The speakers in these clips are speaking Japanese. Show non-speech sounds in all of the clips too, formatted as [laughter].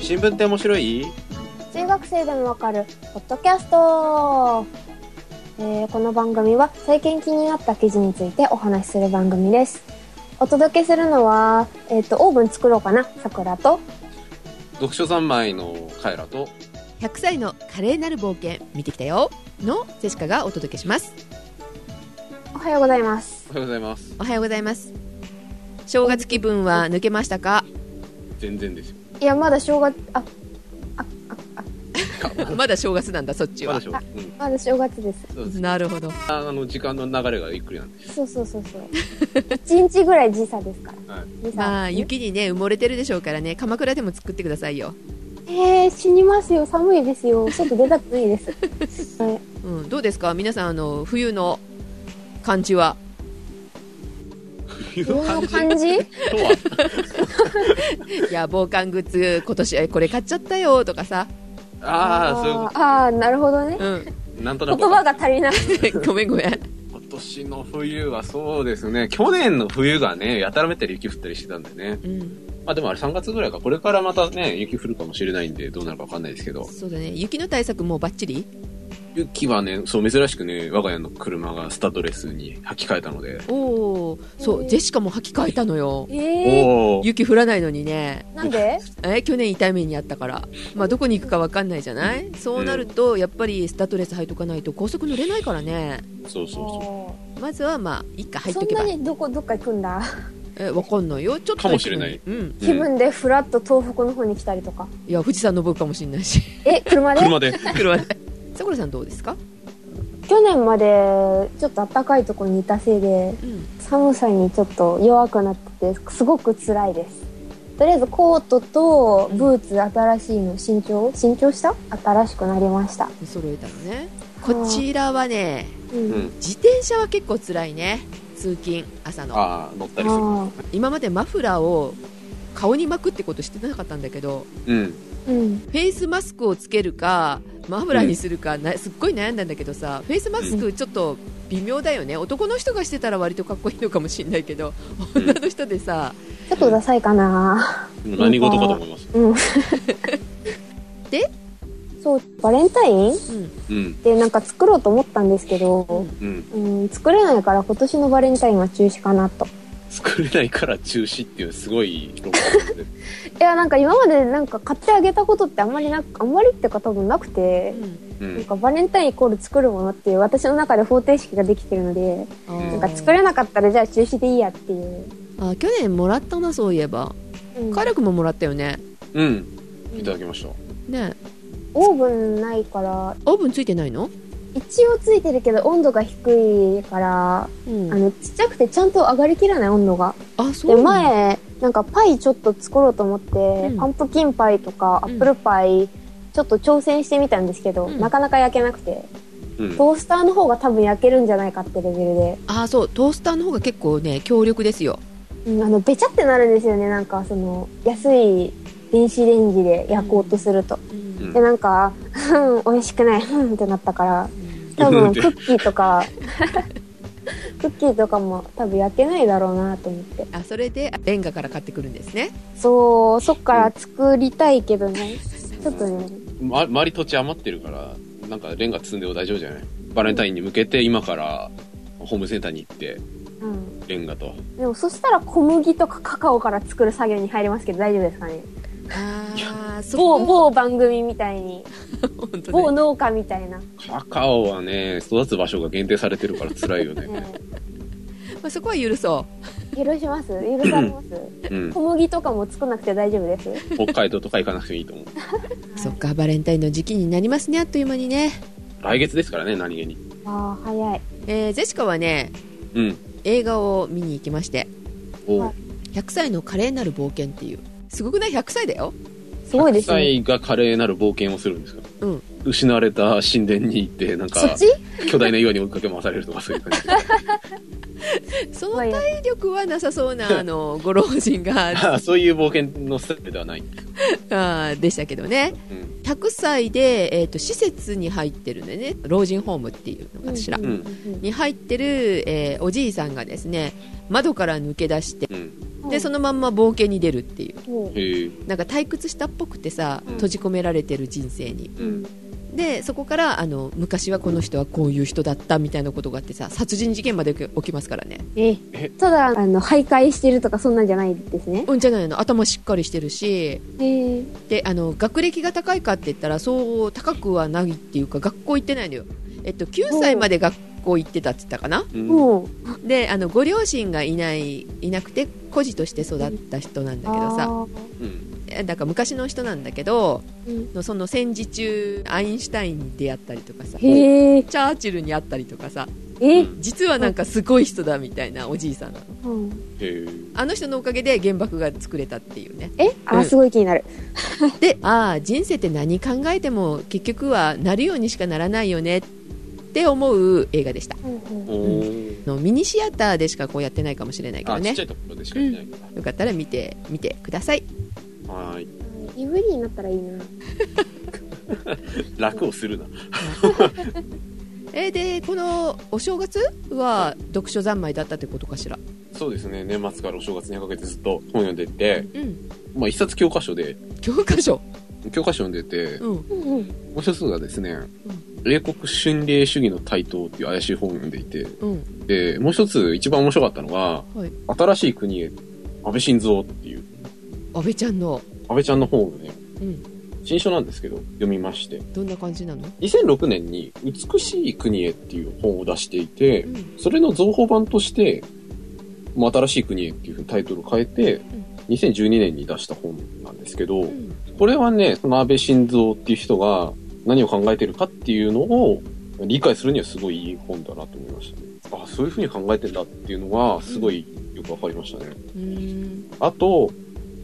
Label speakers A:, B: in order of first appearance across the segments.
A: 新聞って面白い
B: 中学生でもわかるポッドキャスト、えーこの番組は最近気になった記事についてお話しする番組ですお届けするのは、えっとオーブン作ろうかなさくらと
A: 読書三昧のカエラと
C: 100歳の華麗なる冒険見てきたよのジェシカがお届けします
B: おはようございます
A: おはようございます
C: おはようございます正月気分は抜けましたか
A: 全然ですよ
B: いやまだ正月あ
C: まだ正月なんだそっち
A: まだ
C: は
A: でしょ、うん、
B: まだ正月です
A: そうです
C: なるほど
A: あの時間の流れがゆっくりなんです
B: そうそうそう
C: [laughs]
B: そう1日ぐらい時差ですから、
A: はい
B: 時差
C: まあ雪にね埋もれてるでしょうからね鎌倉でも作ってくださいよ、
B: えー、死にますよ寒いですよ外出たくないです
C: [laughs]
B: はい
C: うん、どうですか皆さんあの冬の感じは
A: 冬
B: う
A: の
B: わ
A: 感じと
B: 感じ
A: はい
C: や防寒グッズ今年えこれ買っちゃったよとかさ、
A: [laughs] ああそういうこ
B: あーあーなるほどね
C: うん、
A: となんとな
B: 言
A: く
B: 葉が足りない
C: ごめんごめん
A: 今年の冬はそうですね去年の冬がねやたらめったり雪降ったりしてたんでね
C: うん、
A: まあでもあれ3月ぐらいかこれからまたね雪降るかもしれないんでどうなるかわかんないですけど
C: そうだね雪の対策もうバッチリ
A: 雪はねそう珍しくね我が家の車がスタッドレスに履き替えたので
C: おおそう、
B: えー
C: ジェシカも履き替えたのよ
B: えー、
A: おお
C: 雪降らないのにね
B: なんで
C: え去年痛い目にあったから、まあ、どこに行くか分かんないじゃない、そうなるとやっぱりスタッドレス履いとかないと高速乗れないからね
A: そうそうそう
C: まずはまあ一回履い
B: そ
C: と
B: ん
C: けば
B: なにどこどっか行くんだ、
C: え分かんないよちょっと
A: かもしれない
C: うん、
B: 気分でふらっと東北の方に来たりとか
C: いや富士山登るかもしれないし [laughs]
B: え [laughs] 車で
A: 車で
C: 車でさくらさんどうですか、
B: 去年までちょっと暖かいところにいたせいで
C: うん、
B: 寒さにちょっと弱くなっててすごく辛いですとりあえずコートとブーツ新しいの新調新調した新しくなりました、
C: 揃えたのねこちらはね
B: うん
A: うん
C: 自転車は結構辛いね通勤朝の
A: ああ乗ったりす
B: あ
C: 今までマフラーを顔に巻くってことしてなかったんだけど
A: るうん
B: ーうん
C: フェイスマスクをつけるかマフラーにするか、なすっごい悩んだんだけどさフェイスマスクちょっと微妙だよね男の人がしてたら割とかっこいいのかもしれないけど
A: うん
C: 女の人でさ
B: ちょっとダサいかな
A: 何事かと思います
B: うん
C: で
B: そうバレンタイン
C: うん
A: うん
B: でなんか作ろうと思ったんですけど、
A: うん
B: うん、作れないから今年のバレンタインは中止かなと
A: 作れないから中止っていうすごい論です
B: [laughs]
A: ね
B: いやなんか今までなんか買ってあげたことってあんまりなくあんまりっていうか多分なくて、
A: う
B: なん
A: ん
B: かバレンタインイコール作るものっていう私の中で方程式ができてるので
C: あー
B: なんか作れなかったらじゃあ中止でいいやっていう、
C: あー去年もらったなそういえば
B: うん
C: カイラ君ももらったよね
A: うんいただきました
C: ね
B: オーブンないから
C: オーブンついてないの
B: 一応ついてるけど温度が低いから、
C: うん
B: あのちっちゃくてちゃんと上がりきらない温度が
C: あそ
B: で
C: うなんだ
B: 前なんかパイちょっと作ろうと思って、
C: ん
B: パンプキンパイとかア
C: うん
B: ップルパイちょっと挑戦してみたんですけど、
C: うん
B: なかなか焼けなくて
A: うん
B: トースターの方が多分焼けるんじゃないかってレベルで、
C: あーそうトースターの方が結構ね強力ですよ
B: うん、あのべちゃってなるんですよねなんかその安い電子レンジで焼こうとすると、
A: うん
B: でなんかうん美味しくないうんってなったから
C: うん
A: う
B: 多
A: んっ
B: 分
A: て
B: クッキーと
A: [laughs]
B: かクッキーとかも多分焼けないだろうなと思って
C: あそれでレンガから買ってくるんですね
B: そうそっから作りたいけどねちょっとね
A: ま周り土地余ってるからなんかレンガ積んでも大丈夫じゃないバレンタインに向けて今からホームセンターに行って
B: うん
A: レンガと
B: でもそしたら小麦とかカカオから作る作業に入りますけど大丈夫ですかね
C: ああそ
B: 某
C: こ
B: 某番組みたいに
C: 本当だよ
B: 某農家みたいな、
A: カカオはね育つ場所が限定されてるから辛いよね
B: [laughs]
C: まあ、そこは許そ
B: 許します許されます
A: うん
B: 小麦とかも作んなくて大丈夫です
A: 北海道とか行かなくていいと思う
C: うそっかバレンタインの時期になりますねあっという間にね、
A: 来月ですからね何気に
B: ああ早い
C: えージェシカはね
A: うん
C: 映画を見に行きまして
A: お
B: はい
C: 「100歳の華麗なる冒険」っていうすごくない100歳だよ
B: すごいですね
A: 夫妻が華麗なる冒険をするんですか、
C: うん
A: 失われた神殿に行ってなん
B: そっ
A: か
B: ち
A: 巨大な岩に追いかけ回されるとかそういう感じで
C: [laughs] その体力はなさそうなあのご老人が [laughs]
A: あそういう冒険のスタイルではない、
C: あーでしたけどね
A: うん
C: 100歳で、えー、と施設に入ってるんでね老人ホームっていうのかしら、
A: うん
C: に入ってる、えーおじいさんがですね窓から抜け出して
A: うん
C: でそのまんま冒険に出るっていう
B: うん
A: へえ。
C: なんか退屈したっぽくてさ
B: うん
C: 閉じ込められてる人生に
A: うん。
C: でそこからあの昔はこの人はこういう人だったみたいなことがあってさ殺人事件まで起き起きますからね
B: ええただあの徘徊してるとかそんなんじゃないですね
C: うんじゃないの頭しっかりしてるし
B: ええ
C: であの学歴が高いかって言ったらそう高くはないっていうか学校行ってないのよ、えっと、9歳まで学校行ってたって言ったかな
A: うん。
B: もう
C: であのご両親がいないいなくて孤児として育った人なんだけどさ
B: あー
A: うん。
C: えなんか昔の人なんだけど
B: うん
C: のその戦時中アインシュタインに出会ったりとかさチ
B: へえ
C: ャーチルに会ったりとかさ
B: え
C: 実はなんかすごい人だみたいなおじいさんなの
B: うん
A: へえ。
C: あの人のおかげで原爆が作れたっていうね
B: えあ
C: う
B: ー
C: ん
B: すごい気になる
C: でああ人生って何考えても結局はなるようにしかならないよねって思う映画でした
B: うんうん
A: おー。
C: あのミニシアターでしかこうやってないかもしれないけど
A: あ、ちっ
C: ね
A: ちゃいところでしかいないから。
C: よかったら見て見てください
A: はーい。
B: イブリになったらいいな
A: 楽をするな。
C: えーでこのお正月は読書三昧だったってことかしら
A: そうですね。年末からお正月にかけてずっと本読んでて、
C: うん
A: まあ一冊教科書で、
C: 教科書
A: 教科書読んでて、
C: うん
B: うんうん
A: もう一つがですね、英国春麗主義の台頭っていう怪しい本を読んでいて、
C: うん
A: で、もう一つ一番面白かったのが、
C: はい
A: 新しい国へ、安倍晋三っていう、
C: 安倍ちゃんの
A: 安倍ちゃんの本をね、
C: うん
A: 新書なんですけど、読みまして、
C: どんな感じなの
A: 2006年に美しい国へっていう本を出していて
C: う、ん
A: それの増補版として、もう新しい国へっていうふうにタイトル変えて、2012年に出した本なんですけど
C: う、ん
A: これはね、その安倍晋三っていう人が何を考えてるかっていうのを理解するにはすごいいい本だなと思いましたね。あ、そういうふうに考えてんだっていうのがすごいよくわかりましたね。
C: うーん
A: あと、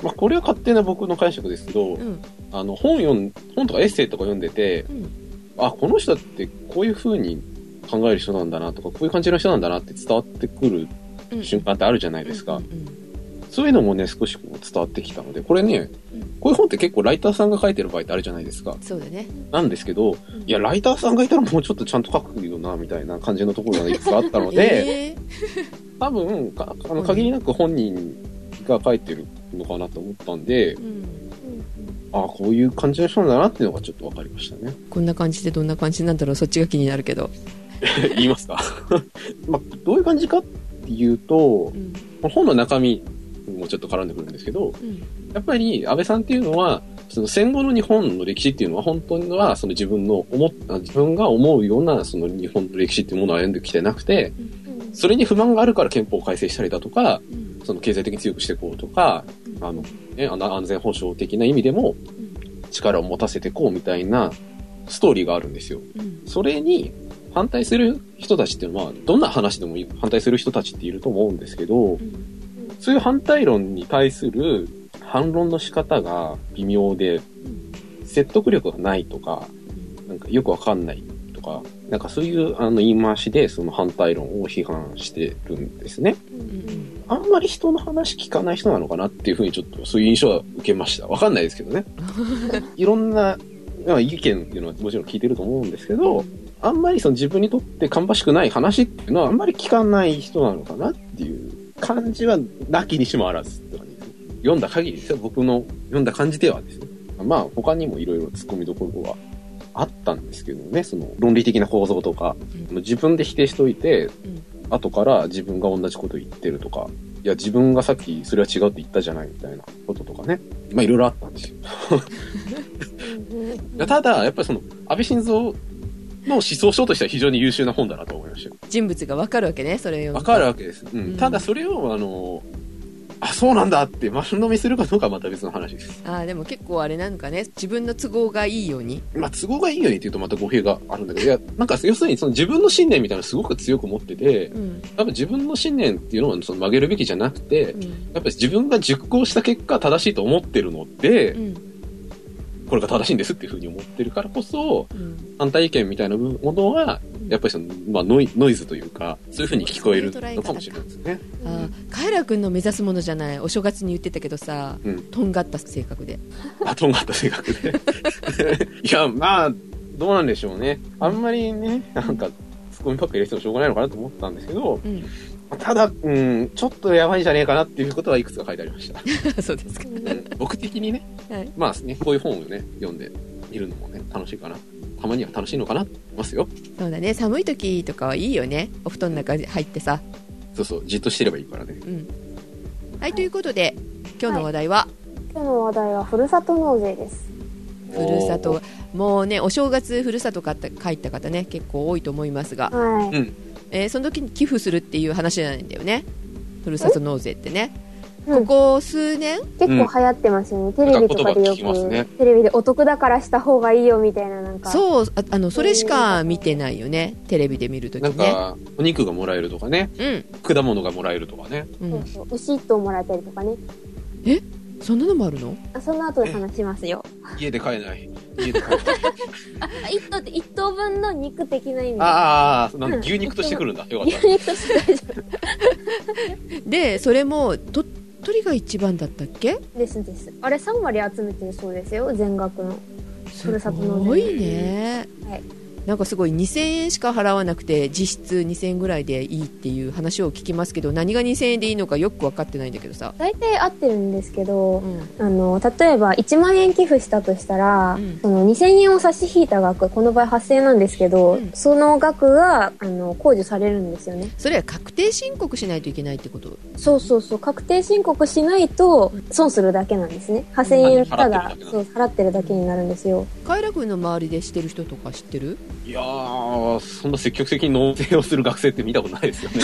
A: まあ、これは勝手な僕の解釈ですけど、
C: うん
A: あの、本読ん、本とかエッセイとか読んでて、
C: うん
A: あ、この人ってこういう風に考える人なんだなとか、こういう感じの人なんだなって伝わってくる
C: うん
A: 瞬間ってあるじゃないですか。
C: うんうん
A: そういうのもね、少しこう伝わってきたので、これね
C: うん、
A: こういう本って結構ライターさんが書いてる場合ってあるじゃないですか。
C: そうだね
A: なんですけど、いや、ライターさんがいたらもうちょっとちゃんと書くよな、みたいな感じのところがいくつかあったので、
C: えー
A: 多分、かあの限りなく本人が書いてるのかなと思ったんで、
C: うん
A: ああ、こういう感じの人なんだなっていうのがちょっとわかりました
C: [laughs]
A: ね。
C: こんな感じでどんな感じなんだろうそっちが気になるけど
A: 言いますか [laughs] まあ、どういう感じかっていうと
C: う、ん
A: 本の中身もちょっと絡んでくるんですけど、
C: うん
A: やっぱり安倍さんっていうのは、その戦後の日本の歴史っていうのは本当にはその自分の思った、自分が思うようなその日本の歴史っていうものを歩んできてなくて、
B: うん
A: それに不満があるから憲法を改正したりだとか、
C: うん
A: その経済的に強くしていこうとか、あの、ね、あの安全保障的な意味でも力を持たせていこうみたいなストーリーがあるんですよ。
C: うん
A: それに反対する人たちっていうのは、どんな話でもいい反対する人たちっていると思うんですけど
C: う、ん
A: そういう反対論に対する反論の仕方が微妙で、説得力がないとか、なんかよくわかんないとか、なんかそういうあの言い回しでその反対論を批判してるんですね。
B: う
C: うんん
A: あんまり人の話聞かない人なのかなっていうふうにちょっとそういう印象は受けました。わかんないですけど
C: [laughs]
A: ね。いろんなまあ意見っていうのはもちろん聞いてると思うんですけど、あんまりその自分にとって芳しくない話っていうのはあんまり聞かない人なのかなっていう感じはなきにしもあらずって感じですね。読んだ限りですよ。僕の読んだ感じではですね。まあ他にもいろいろ突っ込みどころはあったんですけどね。その論理的な構造とか、
C: う
A: 自分で否定しといて、
C: ん
A: 後から自分が同じこと言ってるとか、いや自分がさっきそれは違うって言ったじゃないみたいなこととかね。まあいろいろあったんですよ。
B: うんうん
A: ただ、やっぱりその安倍晋三の思想書としては非常に優秀な本だなと思いましたよ
C: 人物がわかるわけねそれ読んで
A: わかるわけです。うん
C: うん
A: ただそれを、あの、あ、そうなんだって丸飲みするかどうかはまた別の話です。
C: あーでも結構あれなのかね自分の都合がいいように
A: まあ、都合がいいようにって言うとまた語弊があるんだけど、いや、なんか要するにその自分の信念みたいなのをすごく強く持ってて、
C: うん
A: 多分自分の信念っていうのはその曲げるべきじゃなくて、
C: うん
A: やっぱり自分が熟考した結果正しいと思ってるので、
C: うん
A: これが正しいんですっていうふうに思ってるからこそ、
C: うん
A: 反対意見みたいなものは、やっぱりその、まあノイ、ノイズというか、そういうふうに聞こえるのかもしれないです [laughs] ね。
C: あーカエラ君の目指すものじゃないお正月に言ってたけどさ、
A: うん
C: とんがった性格で
A: あ、とんがった性格で。 [laughs] いや、まあ、どうなんでしょうね。あんまりね、なんか、ツッコミパック入れてもしょうがないのかなと思ったんですけど、
C: うん
A: ただ、うん、ちょっとやばいんじゃねえかなっていうことはいくつか書いてありました。
C: [laughs] そうですか
A: [laughs] うん僕的にね、
C: はい
A: まあね、こういう本をね、読んでいるのもね、楽しいかな。たまには楽しいのかなって思いますよ。
C: そうだね寒い時とかはいいよねお布団の中に入ってさ
A: そうそう、じっとしてればいいからね。
C: うんはいということで今日の話題は、
B: 今日の話題はふるさと納税です。
C: ふるさともうねお正月ふるさとかった帰った方ね結構多いと思いますが、
B: はい。
C: えーその時に寄付するっていう話じゃないんだよねふるさと納税ってね
B: う
C: こ
B: ん
C: こ数年
B: 結構流行ってますよね。テレビとかで
A: なんか言葉
B: よ
A: 聞きます
B: く、
A: ね
B: テレビでお得だからした方がいいよみたいななんか。う。
C: そうああのそれしか見てないよねテレビで見るとき
A: なん
C: ね
A: か、お肉がもらえるとかね、
C: うん、
A: 果物がもらえるとかね。
C: う、
B: そうんそう牛一頭もらえたりとかね。
C: そんなのもあるの
B: あその後で話しますよ。
A: 家で買えない。家で買えない。
B: あ一頭って一頭分の肉的な意味。
A: ああ、なんか牛肉としてくるんだ。よかっ
B: 牛肉として大丈
C: でそれも鳥取が一番だったっけ
B: 夫ですです。 [laughs] あれ3割集めてるそうですよ、全額の。
C: す
B: ふるさと納税
C: ごいね、
B: はい
C: なんかすごい2000円しか払わなくて実質2000円ぐらいでいいっていう話を聞きますけど何が2000円でいいのかよく分かってないんだけどさ、
B: 大体合ってるんですけど
C: う、ん
B: あの、例えば1万円寄付したとしたら、
C: うん
B: その2000円を差し引いた額、この場合8000円なんですけど、
C: うん
B: その額が、あの、控除されるんですよね。
C: それは確定申告しないといけないってこと
B: そうそうそう、確定申告しないと損するだけなんですね。8000円ただ
A: 払ってるだけ、なんだ
B: そう、払ってるだけになるんですよ。
C: カイラ君の周りでしてる人とか知ってる [laughs]
A: た。いやー、そんな積極的に納税をする学生って見たことないですよね。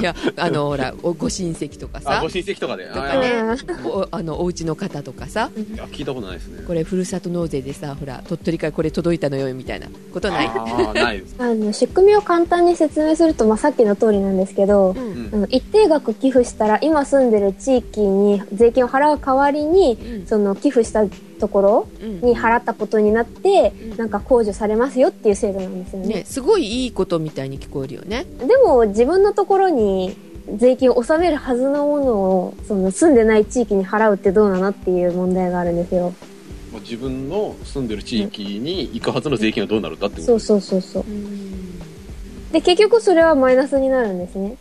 C: いやあのほらおご親戚とか
A: あ、
C: さ
A: ご親戚とかで。
C: とか
A: あ
C: ね
A: ー
B: うん
C: おあのお家の方とかさ
A: いや、聞いたことないですね。
C: これふるさと納税でさほら鳥取からこれ届いたのよみたいなことない
A: ああ、ないです。
B: あの、仕組みを簡単に説明すると、まあ、さっきの通りなんですけど、
C: う
A: うんん
B: あ。の一定額寄付したら今住んでる地域に税金を払う代わりに
C: うん
B: その寄付したところ
C: うん
B: に払ったことになって
C: うん
B: なんか控除されますよっていう制度なんですよね
C: ね、すごいいいことみたいに聞こえるよね
B: でも自分のところに税金を納めるはずのものをその住んでない地域に払うってどうなのっていう問題があるんですよ
A: もう自分の住んでる地域に行くはずの税金はどうなるんだってこと
B: そう
A: う
B: そうそうそうで結局それはマイナスになるんですね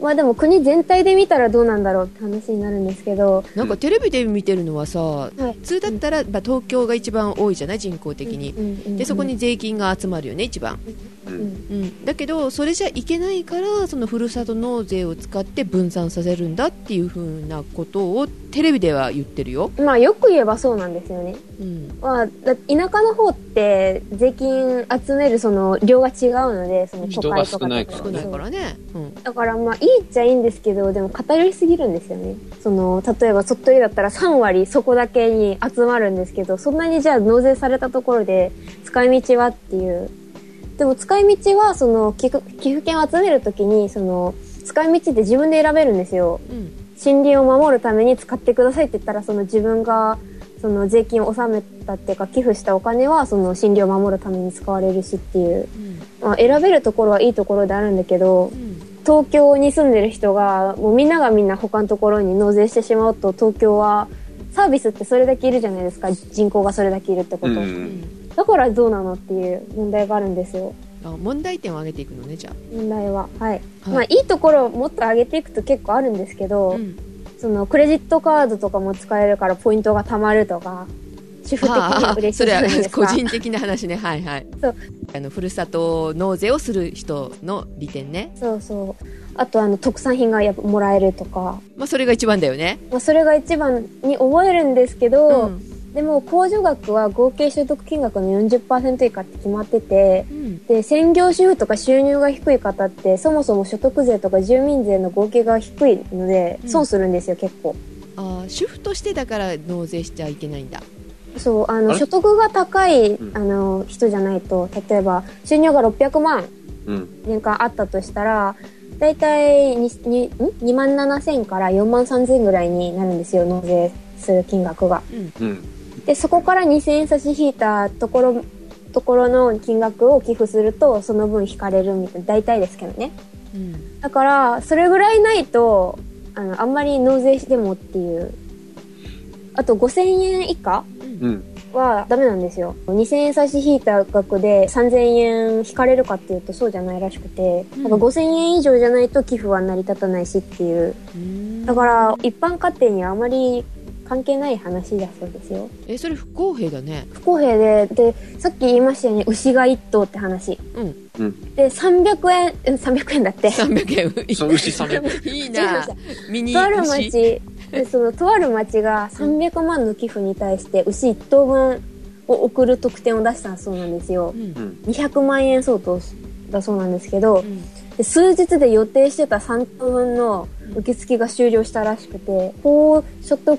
B: まあでも国全体で見たらどうなんだろうって話になるんですけど
C: なんかテレビで見てるのはさ
B: はい
C: 普通だったら、まあ、東京が一番多いじゃない人口的に、
B: うんうんうん
C: でそこに税金が集まるよね一番、
A: う
B: うん
A: ん
C: うん、だけどそれじゃいけないからそのふるさと納税を使って分散させるんだっていうふうなことをテレビでは言ってるよ、
B: まあよく言えばそうなんですよね
C: うん、
B: まあ、だ田舎の方って税金集めるその量が違うのでその都会とかと
A: 人が少ないから
C: 少ないからね、うん、
B: だからまあいいっちゃいいんですけどでも偏りすぎるんですよねその例えば鳥取だったら3割そこだけに集まるんですけどそんなにじゃあ納税されたところで使い道はっていうでも使い道はその寄付寄付券を集めるときにその使い道って自分で選べるんですよ
C: うん
B: 森林を守るために使ってくださいって言ったらその自分がその税金を納めたっていうか寄付したお金はその森林を守るために使われるしっていう、
C: うん
B: まあ、選べるところはいいところであるんだけど
C: うん
B: 東京に住んでる人がもうみんながみんな他のところに納税してしまうと東京はサービスってそれだけいるじゃないですか人口がそれだけいるってこ
A: う。
B: と、
C: うんん
B: だからどうなのっていう問題があるんですよ
C: あ問題点を挙げていくのねじゃ
B: 問題ははい、
C: あ、
B: まあいいところをもっと上げていくと結構あるんですけど、
C: うん
B: そのクレジットカードとかも使えるからポイントが貯まるとか主婦的には
C: ああ
B: 嬉しい
C: そ
B: じゃ
C: れは
B: ないですか
C: 個人的な話ねはいはい
B: そう
C: あのふるさと納税をする人の利点ね、
B: そうそうあとあの特産品がやっぱもらえるとか、
C: まあ、それが一番だよね、
B: まあ、それが一番に思えるんですけど、
C: ん
B: でも控除額は合計所得金額の40%以下って決まってて
C: うん
B: で専業主婦とか収入が低い方ってそもそも所得税とか住民税の合計が低いので
C: うん
B: 損するんですよ、結構
C: ああ主婦としてだから納税しちゃいけないんだ
B: そうあ
A: あ
B: の
A: れ
B: 所得が高い、
A: うん
B: あの人じゃないと例えば収入が600万
A: うん。
B: 年間あったとしたら、だいたい2万7千から4万3千ぐらいになるんですよ、納税する金額が。
A: うん。
B: で、そこから2千円差し引いたところ、ところの金額を寄付すると、その分引かれるみたいな、大体ですけどね。
C: うん
B: だから、それぐらいないと、あの、あんまり納税してもっていう。あと、5千円以下
A: うん。
B: はダメなんですよ。2000円差し引いた額で3000円引かれるかっていうとそうじゃないらしくて、
C: うん
B: なんか5000円以上じゃないと寄付は成り立たないしっていう。
C: うん
B: だから一般家庭にはあまり関係ない話だそうですよ。
C: えそれ不公平だね
B: 不公平で、で、さっき言いましたよね、牛が1頭って話。
C: うん
A: うん。
B: で、300円、うん300円だって。
C: 300円い
A: [laughs]
C: い
A: その牛300
C: いい
B: 失礼しま
C: な
B: した
C: ミニ
B: とある
C: 牛
B: 町、でそのとある町が300万の寄付に対して牛1頭分を送る特典を出したそうなんですよ
C: う。ん
A: うん。
B: 200万円相当だそうなんですけ
C: う
B: ど、
C: ん
B: で数日で予定してた3頭分の受付が終了したらしくて、高所得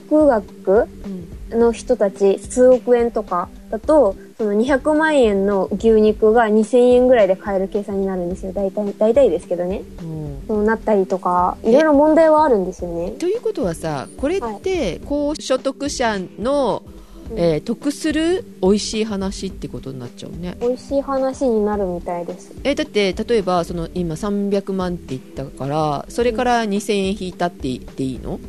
B: 額
C: うん
B: の人たち数億円とかだと、その200万円の牛肉が2000円ぐらいで買える計算になるんですよ。大体、大体ですけどね。
C: うん
B: そうなったりとか、いろいろ問題はあるんですよね。
C: ということはさこれって高所得者の、
B: うん
C: えー得する美味しい話ってことになっちゃうね
B: 美味しい話になるみたいです。
C: えだって例えばその今300万って言ったからそれから2000円引いたって言っていいの、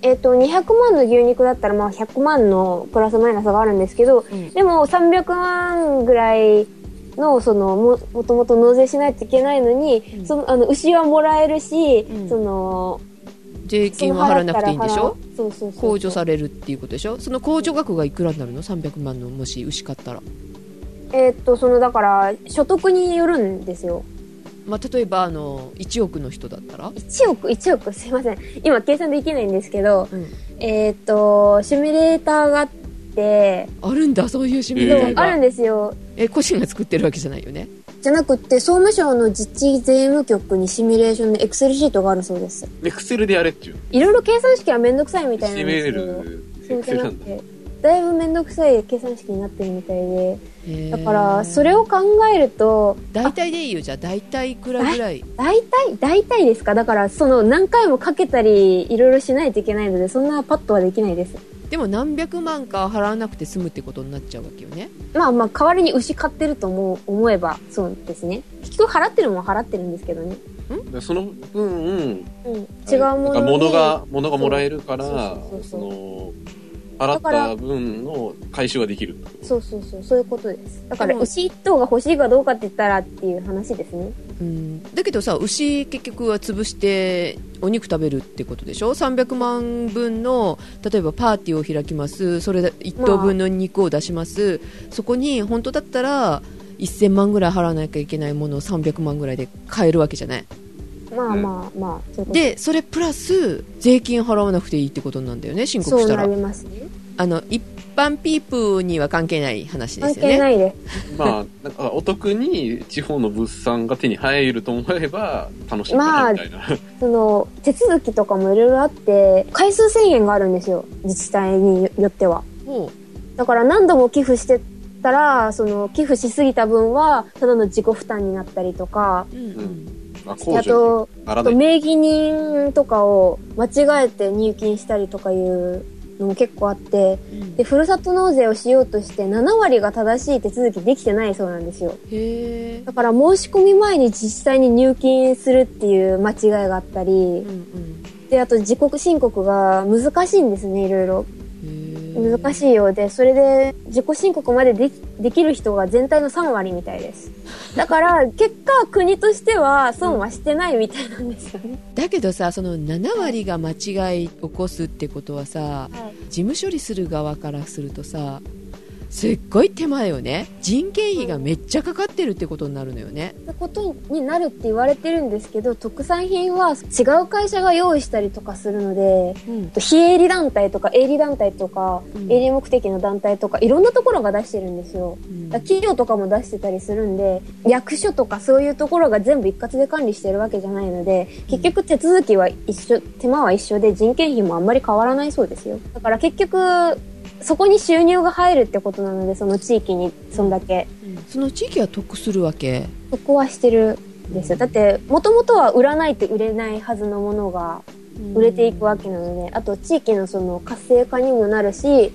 B: えっ、と、200万の牛肉だったら、まあ、100万のプラスマイナスがあるんですけど、
C: うん
B: でも、300万ぐらいの、その、も、もともと納税しないといけないのに、
C: うん
B: その、あの、牛はもらえるし、
C: うん
B: その、
C: 税
B: そ
C: 金
B: の
C: は払わなくていいんでし
B: 払
C: ょ
B: ったら払うそうそうそう。
C: 控除されるっていうことでしょその控除額がいくらになるの300万のもし牛買ったら、
B: えっ、と、その、だから、所得によるんですよ。
C: まあ、例えばあの1億の人だったら、
B: 1億、1億、すいません。今、計算できないんですけど、
C: うん、
B: えっ、と、シミュレーターがあって、
C: あるんだそういうシミュレータ
B: で
C: ー
B: もあ
C: が、
B: るんですよ。
C: え個人が作ってるわけじゃないよね
B: じゃなくって、総務省の実地税務局にシミュレーションのエクセルシートがあるそうです。
A: エクセルでやれっていう。
B: いろいろ計算式はめんどくさいみたいなんですけど、
A: CML、
B: そ
A: エ
B: う
A: ク
B: じ
A: セ
B: ゃ
A: ル
B: な
A: な
B: く
A: んだ。
B: て、だいぶめんどくさい計算式になってるみたいで、
C: へ
B: だ
C: ー
B: から、それを考えると、
C: 大体でいいよじゃあ大体いくらぐらい
B: 大体、大体ですかだから、その何回もかけたり、いろいろしないといけないので、そんなパッとはできないです。
C: でも何百万か払わなくて済むってことになっちゃうわけよね
B: まあまあ、代わりに牛買ってると思う、思えば、そうですね。結局払ってるもん払ってるんですけどね。
A: その分、
B: うん。違うも
A: なん
B: の
A: か
B: に。
A: 物が、物がもらえるから、
B: そうそうそう
A: その、払
B: だ
A: っ
B: から
A: た分の回収ができる。
B: [laughs] そうそうそう、そういうことです。だから、
C: でも
B: 牛一頭が欲しいかどうかって言ったらっていう話ですね。
C: うんだけどさ牛結局は潰してお肉食べるってことでしょ300万分の例えばパーティーを開きますそれで1等分の肉を出します、そこに本当だったら1000万ぐらい払わなきゃいけないものを300万ぐらいで買えるわけじゃない
B: まあ
A: うん
B: まあまあ、そういうこと
C: でそれプラス税金払わなくていいってことなんだよね申告
B: そ
C: し
B: う
C: た
B: な
C: ら
B: りますね。
C: あの一般ピープには関係ない話で
B: 関
C: すよ
B: 係
C: ね
B: ないです。
A: まあ、なんかお得に地方の物産が手に入ると思えば楽しみか
B: まあ
A: なみた
B: [laughs]
A: いな。
B: その、手続きとかもいろいろあって、回数制限があるんですよ。自治体によっては。
C: ほ
B: だから何度も寄付してたら、その、寄付しすぎた分は、ただの自己負担になったりとか、
C: ううんうん
A: まあ、
B: あ
A: 控除
B: と、
A: になら
B: あ
A: な
B: と
A: い。
B: 名義人とかを間違えて入金したりとかいうのも結構あって、
C: うん
B: で、ふるさと納税をしようとして7割が正しい手続きできてないそうなんですよ。
C: へえ
B: だから申し込み前に自治体に入金するっていう間違いがあった
C: う
B: り
C: ん、うん
B: で、あと自国申告が難しいんですね、いろいろ。
C: へえ
B: 難しいようで、それで自己申告までできできる人が全体の3割みたいです。だから、結果国としては損はしてないみたいなんですよね。
C: だけどさその7割が間違い起こすってことはさ事務処理する側からするとさすっごい手間よね人件費がめっちゃかかってるってことになるのよね
B: ってことになるって言われてるんですけど、特産品は違う会社が用意したりとかするので、
C: うん
B: 非営利団体とか営利団体とか、
C: うん
B: 営利目的の団体とかいろんなところが出してるんですよ
C: うん
B: だから企業とかも出してたりするんで役所とかそういうところが全部一括で管理してるわけじゃないので結局手続きは一緒手間は一緒で人件費もあんまり変わらないそうですよだから結局そこに収入が入るってことなのでその地域にそんだけ
C: その地域は得するわけ
B: そこはしてるんですよだってもともとは売らないと売れないはずのものが売れていくわけなので、あと地域のその活性化にもなるし、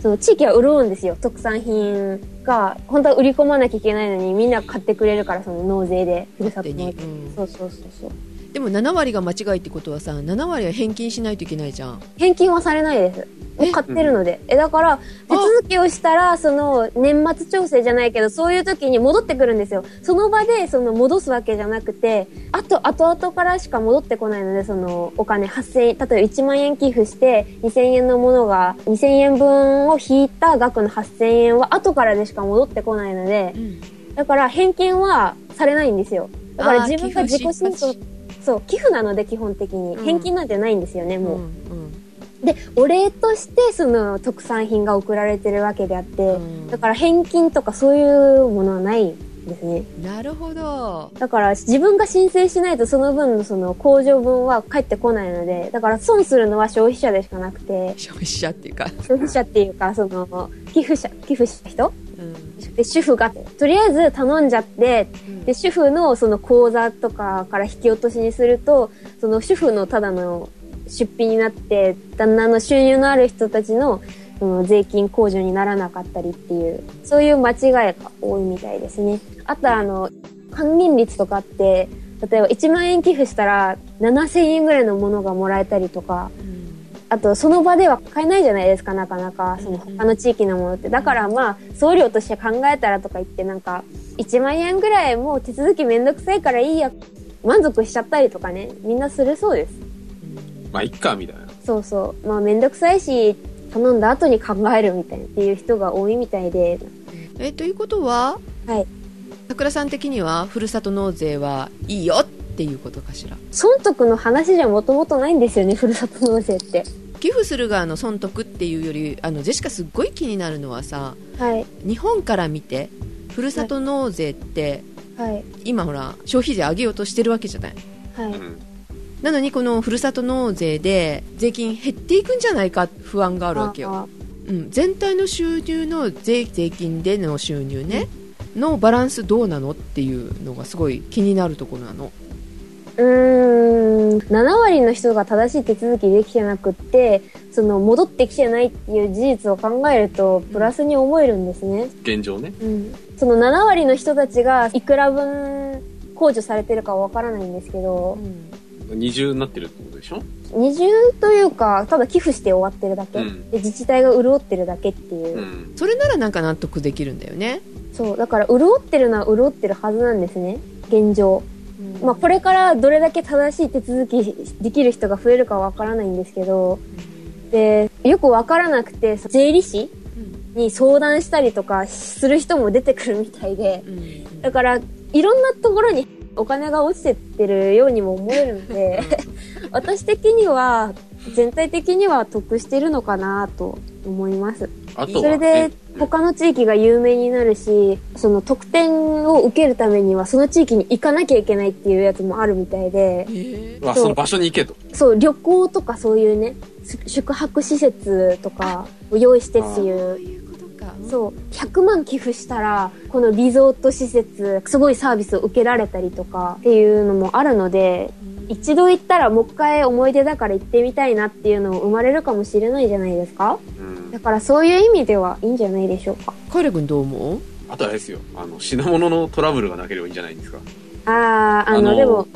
B: その地域は潤うんですよ。特産品が、本当は売り込まなきゃいけないのに、みんな買ってくれるから、その納税で、ふるさと
C: 勝手に、
B: 納
C: う
B: 税。
C: ん
B: そうそうそうそう。
C: でも7割が間違いってことはさ7割は返金しないといけないじゃん
B: 返金はされないです。もう買ってるので。え、だから、手続きをしたら、その、年末調整じゃないけど、そういう時に戻ってくるんですよ。その場で、その、戻すわけじゃなくて、あと、後々からしか戻ってこないので、その、お金8000円、例えば1万円寄付して、2000円のものが、2000円分を引いた額の8000円は、後からでしか戻ってこないので、だから、返金はされないんですよ。だから、
C: あー
B: 自分が自
C: 寄
B: 己
C: 付し
B: 申告、そう、寄付なので、基本的に。
C: うん
B: 返金なんてないんですよね、
C: うん
B: もう。
C: うん
B: でお礼としてその特産品が送られてるわけであって、
C: うん
B: だから返金とかそういうものはないですね
C: なるほど
B: だから自分が申請しないとその分のその控除分は返ってこないのでだから損するのは消費者でしかなくて
C: 消費者っていうか、
B: 消費者っていうかその寄付者寄付した人
C: うん
B: で主婦がとりあえず頼んじゃってで主婦のその口座とかから引き落としにするとその主婦のただの出費になって旦那の収入のある人たちのその税金控除にならなかったりっていうそういう間違いが多いみたいですね。あとあの還元率とかあって例えば1万円寄付したら7000円ぐらいのものがもらえたりとか
C: うん
B: あとその場では買えないじゃないですかなかなかその
C: うんうん
B: 他の地域のものってだからまあ送料として考えたらとか言ってなんか1万円ぐらいもう手続きめんどくさいからいいや満足しちゃったりとかねみんなするそうです
A: まあ、いっか、みたいな。
B: そうそうまあめんどくさいし頼んだ後に考えるみたいなっていう人が多いみたいで
C: えということは
B: はい
C: さくらさん的にはふるさと納税はいいよっていうことかしら
B: 損得の話じゃもともとないんですよねふるさと納税って
C: 寄付する側の損得っていうよりあのジェシカすっごい気になるのはさ
B: はい
C: 日本から見てふるさと納税って
B: はい
C: 今ほら消費税上げようとしてるわけじゃない
B: は
A: う
B: い
A: ん。
C: なのにこのふるさと納税で税金減っていくんじゃないか不安があるわけよ、
B: あ
C: うん、全体の収入の税税金での収入ねのバランスどうなのっていうのがすごい気になるところなの
B: うーん7割の人が正しい手続きできてなくってその戻ってきてないっていう事実を考えるとプラスに思えるんですね、
A: 現状ね。
B: うん、その7割の人たちがいくら分控除されてるかはわからないんですけど
A: 二重になってるってことでしょ
B: 二重というかただ寄付して終わってるだけ、
A: うん
B: で自治体が潤ってるだけっていう、
A: うん。
C: それならなんか納得できるんだよね、
B: そうだから潤ってるのは潤ってるはずなんですね現状、まあ、こ
C: れ
B: れからどれだけ正しい手続きできる人が増えるかはわからないんですけどでよくわからなくてそ税理士に相談したりとかする人も出てくるみたいでだからいろんなところにお金が落ちてってるようにも思えるので [laughs] 私的には全体的には得してるのかなと思います
A: あと
B: そ
A: は、
B: れ
A: ね、
B: で他の地域が有名になるしその特典を受けるためにはその地域に行かなきゃいけないっていうやつもあるみたいで
C: え
A: まあ、その場所に行けと。
B: そう、旅行とかそういうね、す宿泊施設とかを用意してって
C: そう
B: いう。
C: いうことか
B: そう、100万寄付したら、このリゾート施設、すごいサービスを受けられたりとかっていうのもあるので、一度行ったらもう一回思い出だから行ってみたいなっていうのも生まれるかもしれないじゃないですか
A: うん
B: だ。からそういう意味ではいいんじゃないでしょうか。
C: カイラ君どう思う
A: あとはあれですよ。あの、品物のトラブルがなければいいんじゃないんですか。
B: あー、あの、
A: あのー
B: でも、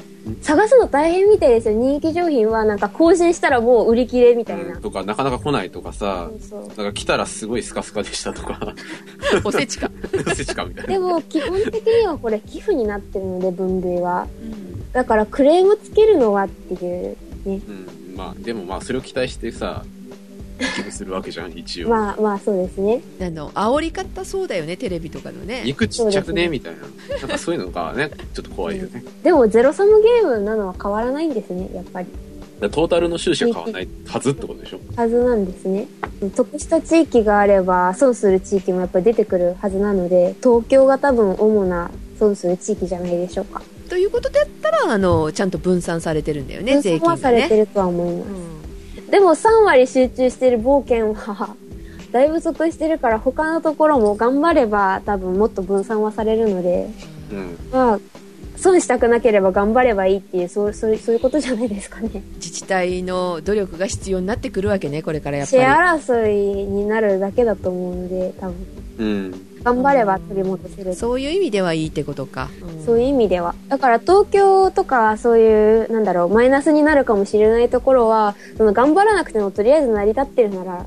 B: 探すの大変みたいですよ。人気商品はなんか更新したらもう売り切れみたいな。
A: うんとか、なかなか来ないとかさ、
B: そうそう
A: なんか来たらすごいスカスカでしたとか、 [laughs]
C: おせ [laughs] ちか、
A: せちかみたい
B: で
A: な。
B: も基本的にはこれ寄付になってるので分類はだからクレームつけるのはっていう
A: うん。まあ、でもまあ、それを期待してさ、寄付するわけじ
B: [laughs]
A: ゃん、一応。
B: まあまあそうですね
C: あの煽り方そうだよねテレビとかのね
A: 肉ちっちゃくね
B: そう
A: みたいな。なんかそういうのがね、ちょっと怖いよね。
B: でもゼロサムゲームなのは変わらないんですねやっぱり
A: だからトータルの収支は変わらないはずってことでしょ。
B: はずなんですね得した地域があれば損する地域もやっぱり出てくるはずなので東京が多分主な損する地域じゃないでしょうか
C: ということだったらあのちゃんと分散されてるんだよね税
B: 分散は
C: 金
B: さ
C: が
B: れて
C: ね、
B: るとは思います
C: うん
B: でも3割集中してる冒険はだいぶ得してるから他のところも頑張れば多分もっと分散はされるので
A: うん。
B: まあ、損したくなければ頑張ればいいっていうそうそうそういうことじゃないですかね
C: 自治体の努力が必要になってくるわけねこれからやっ
B: シェ
C: ぱ
B: ア争いになるだけだと思うので多分
A: うん。
B: 頑張れば取り戻せる
C: りそういう意味ではいいってことか、うん
B: そういう意味では。だから東京とかそういう、なんだろう、マイナスになるかもしれないところは、その頑張らなくてもとりあえず成り立ってるなら、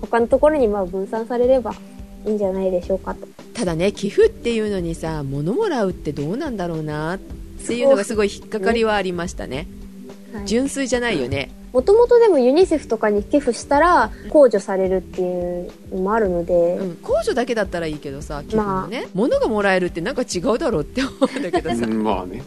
B: 他のところにまあ分散されればいいんじゃないでしょうかと。
C: ただね寄付っていうのにさ物もらうってどうなんだろうなっていうのがすごい引っかかりはありましたね純粋じゃないよね、
B: もともとでもユニセフとかに寄付したら、控除されるっていうのもあるので
C: う、ん、控除だけだったらいいけどさ寄付もね、物がもらえるってなんか違うだろうって思うんだ
B: [laughs]
C: けどさ、
A: うんまあね。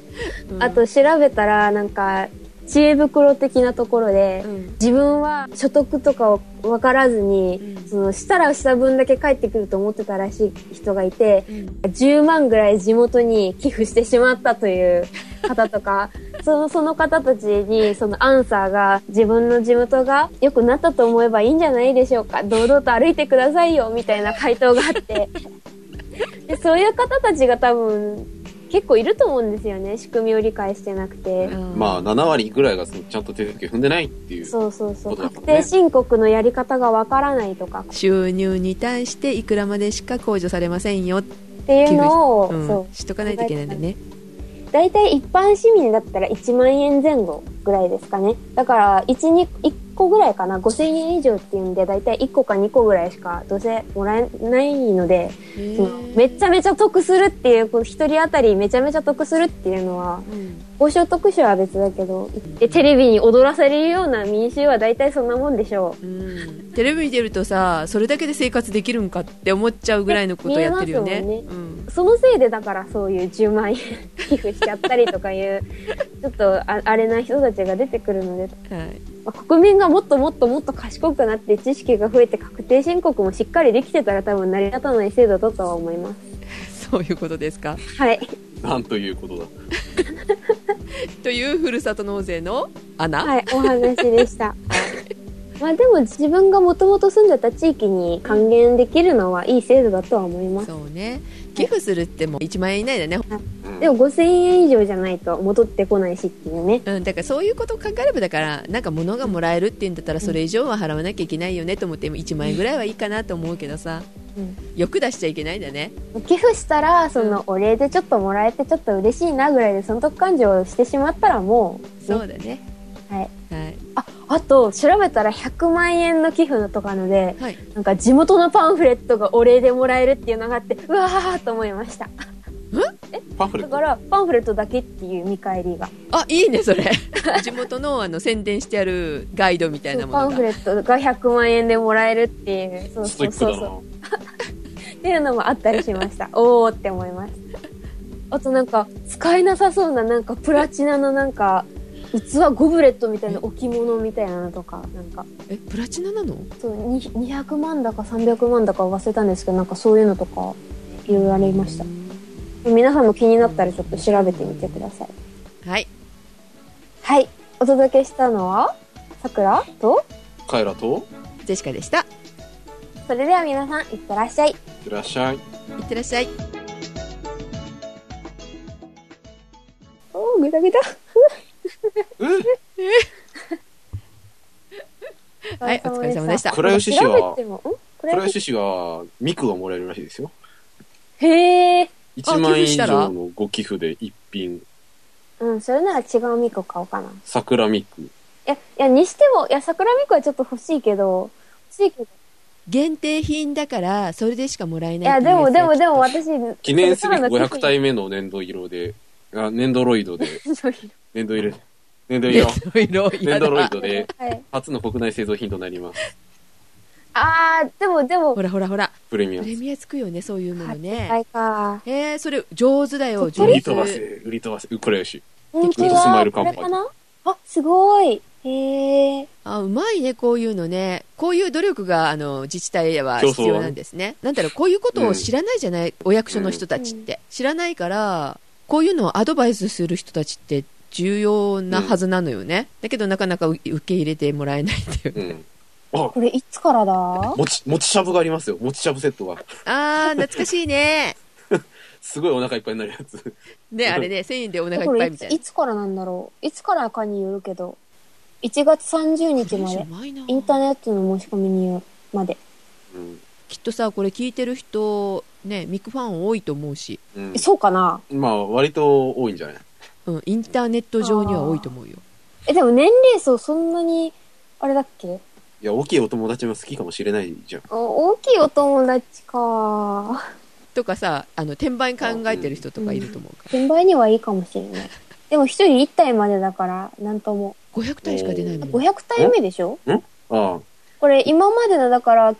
C: うん
B: あと調べたら、なんか、知恵袋的なところで
C: う、ん
B: 自分は所得とかを分からずに、
C: うん
B: そのしたらした分だけ返ってくると思ってたらしい人がいて、
C: うん
B: 10万ぐらい地元に寄付してしまったという方とか、そのその方たちにそのアンサーが自分の地元が良くなったと思えばいいんじゃないでしょうか。堂々と歩いてくださいよ、みたいな回答があって。でそういう方たちが多分結構いると思うんですよね。仕組みを理解してなくて。
C: うん
A: まあ、7割ぐらいがそのちゃんと手続き踏んでないっていう。
B: そうそうそう。
A: そうだもんね
B: 確定申告のやり方がわからないとか
C: 収入に対していくらまでしか控除されませんよって
B: っていうのを、
C: う
B: そ
C: ん、しとかないといけないんだね
B: う。大体一般市民だったら1万円前後ぐらいですかね。だから、1、2、1個ぐらいかな。5000円以上っていうんで、大体1個か2個ぐらいしかどうせもらえないので、そのめちゃめちゃ得するっていう、こう一人当たりめちゃめちゃ得するっていうのは、報奨特集は別だけど、でテレビに踊らされるような民衆は大体そんなもんでしょう。
C: うんテレビ見てるとさそれだけで生活できるんかって思っちゃうぐらいのことやってるよね
B: 見えま
C: うん
B: そのせいでだからそういう10万円寄付しちゃったりとかいう、ちょっとああれな人たちが出てくるので、
C: はい
B: まあ国民がもっともっともっと賢くなって知識が増えて確定申告もしっかりできてたら多分成り立たない制度だとは思いま
C: そういうことですか [laughs]
B: す。はい。
A: なんということだ。
C: というふるさと納税の穴、
B: はい、お話でした。 [laughs] まあでも自分がもともと住んでた地域に還元できるのはいい制度だとは思います。
C: そうね寄付するってもう1万円以内だね、
A: うん
B: でも5000円以上じゃないと戻ってこないしっていうね。
C: うん、だからそういうことを考えればだからなんか物がもらえるって言うんだったらそれ以上は払わなきゃいけないよねと思って1万円ぐらいはいいかなと思うけどさ
B: うん
C: 欲出しちゃいけないんだね
B: 寄付したら、そのお礼でちょっともらえてちょっと嬉しいなぐらいで損得感情をしてしまったらもう、
C: そうだね
B: はい。
C: はい、
B: あ、あと調べたら100万円の寄付のとかので、
C: はい、
B: なんか地元のパンフレットがお礼でもらえるっていうのがあって、うわーと思いました。
A: パンフレ
B: だ
A: ット
B: か。ら、パンフレットだけっていう見返りが。
C: あいいねそれ [laughs] 地元のあの宣伝してあるガイドみたいなも
B: パ
C: の
B: ンフ
C: が
B: レットが100万円でもらえるっていう、そう
A: ストイ
B: そう
A: ックだ
B: そ
A: な。
B: うそう。
A: う
B: っていうのもあったりしました。 [laughs] おーって思います。あとなんか、使えなさそうな、なんかプラチナのなんか、器ゴブレットみたいな置物みたいなのとか、なんか、
C: えプラチナなの
B: そう、に200万だか300万だか忘れたんですけど、なんかそういうのとか、いろいろありました。皆さんも気になったらちょっと調べてみてください。
C: はい
B: はい。お届けしたのは、さくらと、
A: カエラと、
C: ジェシカでしたい
B: それでは皆さん、いってらっしゃい。
A: いらっしゃい。
C: ってらっしゃい
B: おー、ぐだぐだ。
A: うん
C: はいお疲れ様でした
A: 倉吉氏は
B: 調べてもん倉
A: 倉
B: 吉
A: 吉氏は、ミクがもらえるらしいですよ。
B: へえ。
A: 1万円
C: 寄付
A: 以
C: したら
A: 上のご寄付で一品、
B: うん、それなら違うミコ買おうかな。い
A: 桜ミク。
B: や、いや、にしても、いや、桜ミコはちょっと欲しいけど、欲しいけど。
C: 限定品だからそれでしかもらえ
B: い
C: ない
B: や、
C: って
B: で
C: う
B: も、
C: やつ
B: でも、でも、私、
A: 記念すべき
B: それからの
A: 500体目の粘土色で、あ粘土ロイド
C: [laughs]
A: で、
B: そういう
A: 粘土入れ、粘土色、
C: いろいろ
A: 粘土ロイ
C: だ
A: ドで、
B: はい。
A: 初の国内製造品となります。
B: あー、でも、でも
C: ほ、らほらほら
A: プレミア
C: プ
A: ム。
C: レミアつくよねそういうものね、
B: はいか。
C: えー、それ上手だよ
B: と
A: 売り
C: 上手
A: 飛ばせ、売り飛ばせ、倉吉。
B: 人気
A: テキスマイ
B: は、
A: ル
B: こ
A: カンパニ
B: れ
A: ー
B: かなあ、すごい。へえ。
C: あうまいねこういうのねこういう努力があの自治体は
A: 競争はね
C: 必要なんですねなんだろうこういうことを知らないじゃない、お役所の人たちっ
B: う
C: て、知らないからこういうのをアドバイスする人たちって重要なはずなのよね、だけどなかなか受受け入れてもらえないっていう、
A: うん。あ、
B: これ、いつからだ
A: もち、もちしゃぶがありますよ。もちしゃぶセットが。
C: あー懐かしいね
A: すごいお腹いっぱいになるや
C: [laughs]
A: つ。 [laughs]
C: ね、あれね、1000円でお腹い
B: こ
C: っぱ
B: れ
C: い
B: い
C: み
B: つ
C: たいな。
B: いつからなんだろういつからかによるけど1月30日まで
C: 前な
B: インターネットの申し込みによるまで
A: うん。
C: きっとさ、これ聞いてる人、ね、ミクファン多いと思うし、
A: うん
B: え、そうかな
A: まあ、割と多いんじゃない
C: うん、インターネット上には多いと思うよ。
B: えでも年齢層そんなにあれだっけ
A: いや、大きいお友達も好きかもしれないじゃん。
B: お大きいお友達か
C: とかさ、あの、転売考えてる人とかいると思うから。
B: 転売にはいいかもしれないでも1人1体までだからなんとも
C: 500体しか出ないもん。
B: 500体目でしょ
A: あ
B: これ今までのだから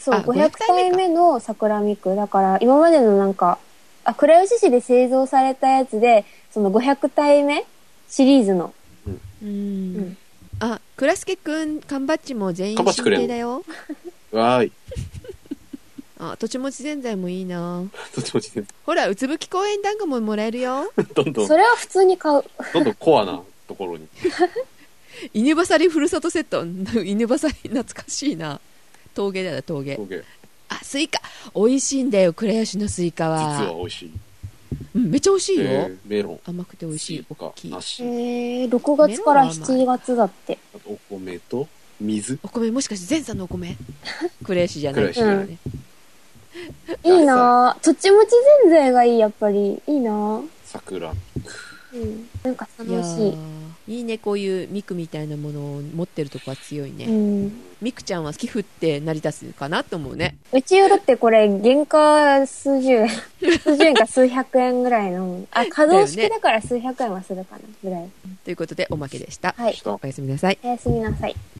B: そう
C: あ500
B: 500体目の桜ミクだから今までのなんかあ倉吉市で製造されたやつでその500体目シリーズの
C: うん
B: うん
C: あ、倉助くん、缶バッジも全員
A: 缶バッジ
C: 申
A: くれん
C: 請だよ。
A: あ、わーい。 [laughs]
C: あ、土地持ちぜんざいもいいな
A: どっちもちね
C: ほら、うつぶき公園団子ももらえるよ。
A: [laughs]
C: [laughs]
A: どんどん、
B: それは普通に買う
A: どんどんコアなところに。
C: 犬バサリふるさとセット。 [laughs] 犬バサリ懐かしいな。峠だよ、峠。
A: OK
C: あ、スイカ。美味しいんだよ、倉吉のスイカ
A: 実
C: は。
A: は美味しい。
C: うん、めっちゃ美味しいよ。
A: えーメロン。
C: 甘くて美味しい、
A: スイカ
C: 大きい。
A: 梨。
B: えー、6月から7月だって
A: あとお米と水。
C: お米もしかして前さんの
A: [laughs]
C: お米クレイシーじゃない
A: クレイシ
B: ー
C: よね
B: いいなぁ土地持ちぜんざいがいいやっぱりいいなぁ
A: 桜。
B: うんなんか楽
C: いや
B: しい
C: ーいいねこういうミクみたいなものを持ってるとこは強いうね
B: ん
C: ミクちゃんは寄付って成り立つかなと思うね
B: うちよるってこれ原価数十
C: [laughs]
B: 円数十円か数百円ぐらいのあ稼働
C: だよ
B: 式
C: ね
B: だから数百円はするかなぐらい
C: ということでおまけでした
B: はい
A: した
C: おやすみなさい
B: おやすみなさい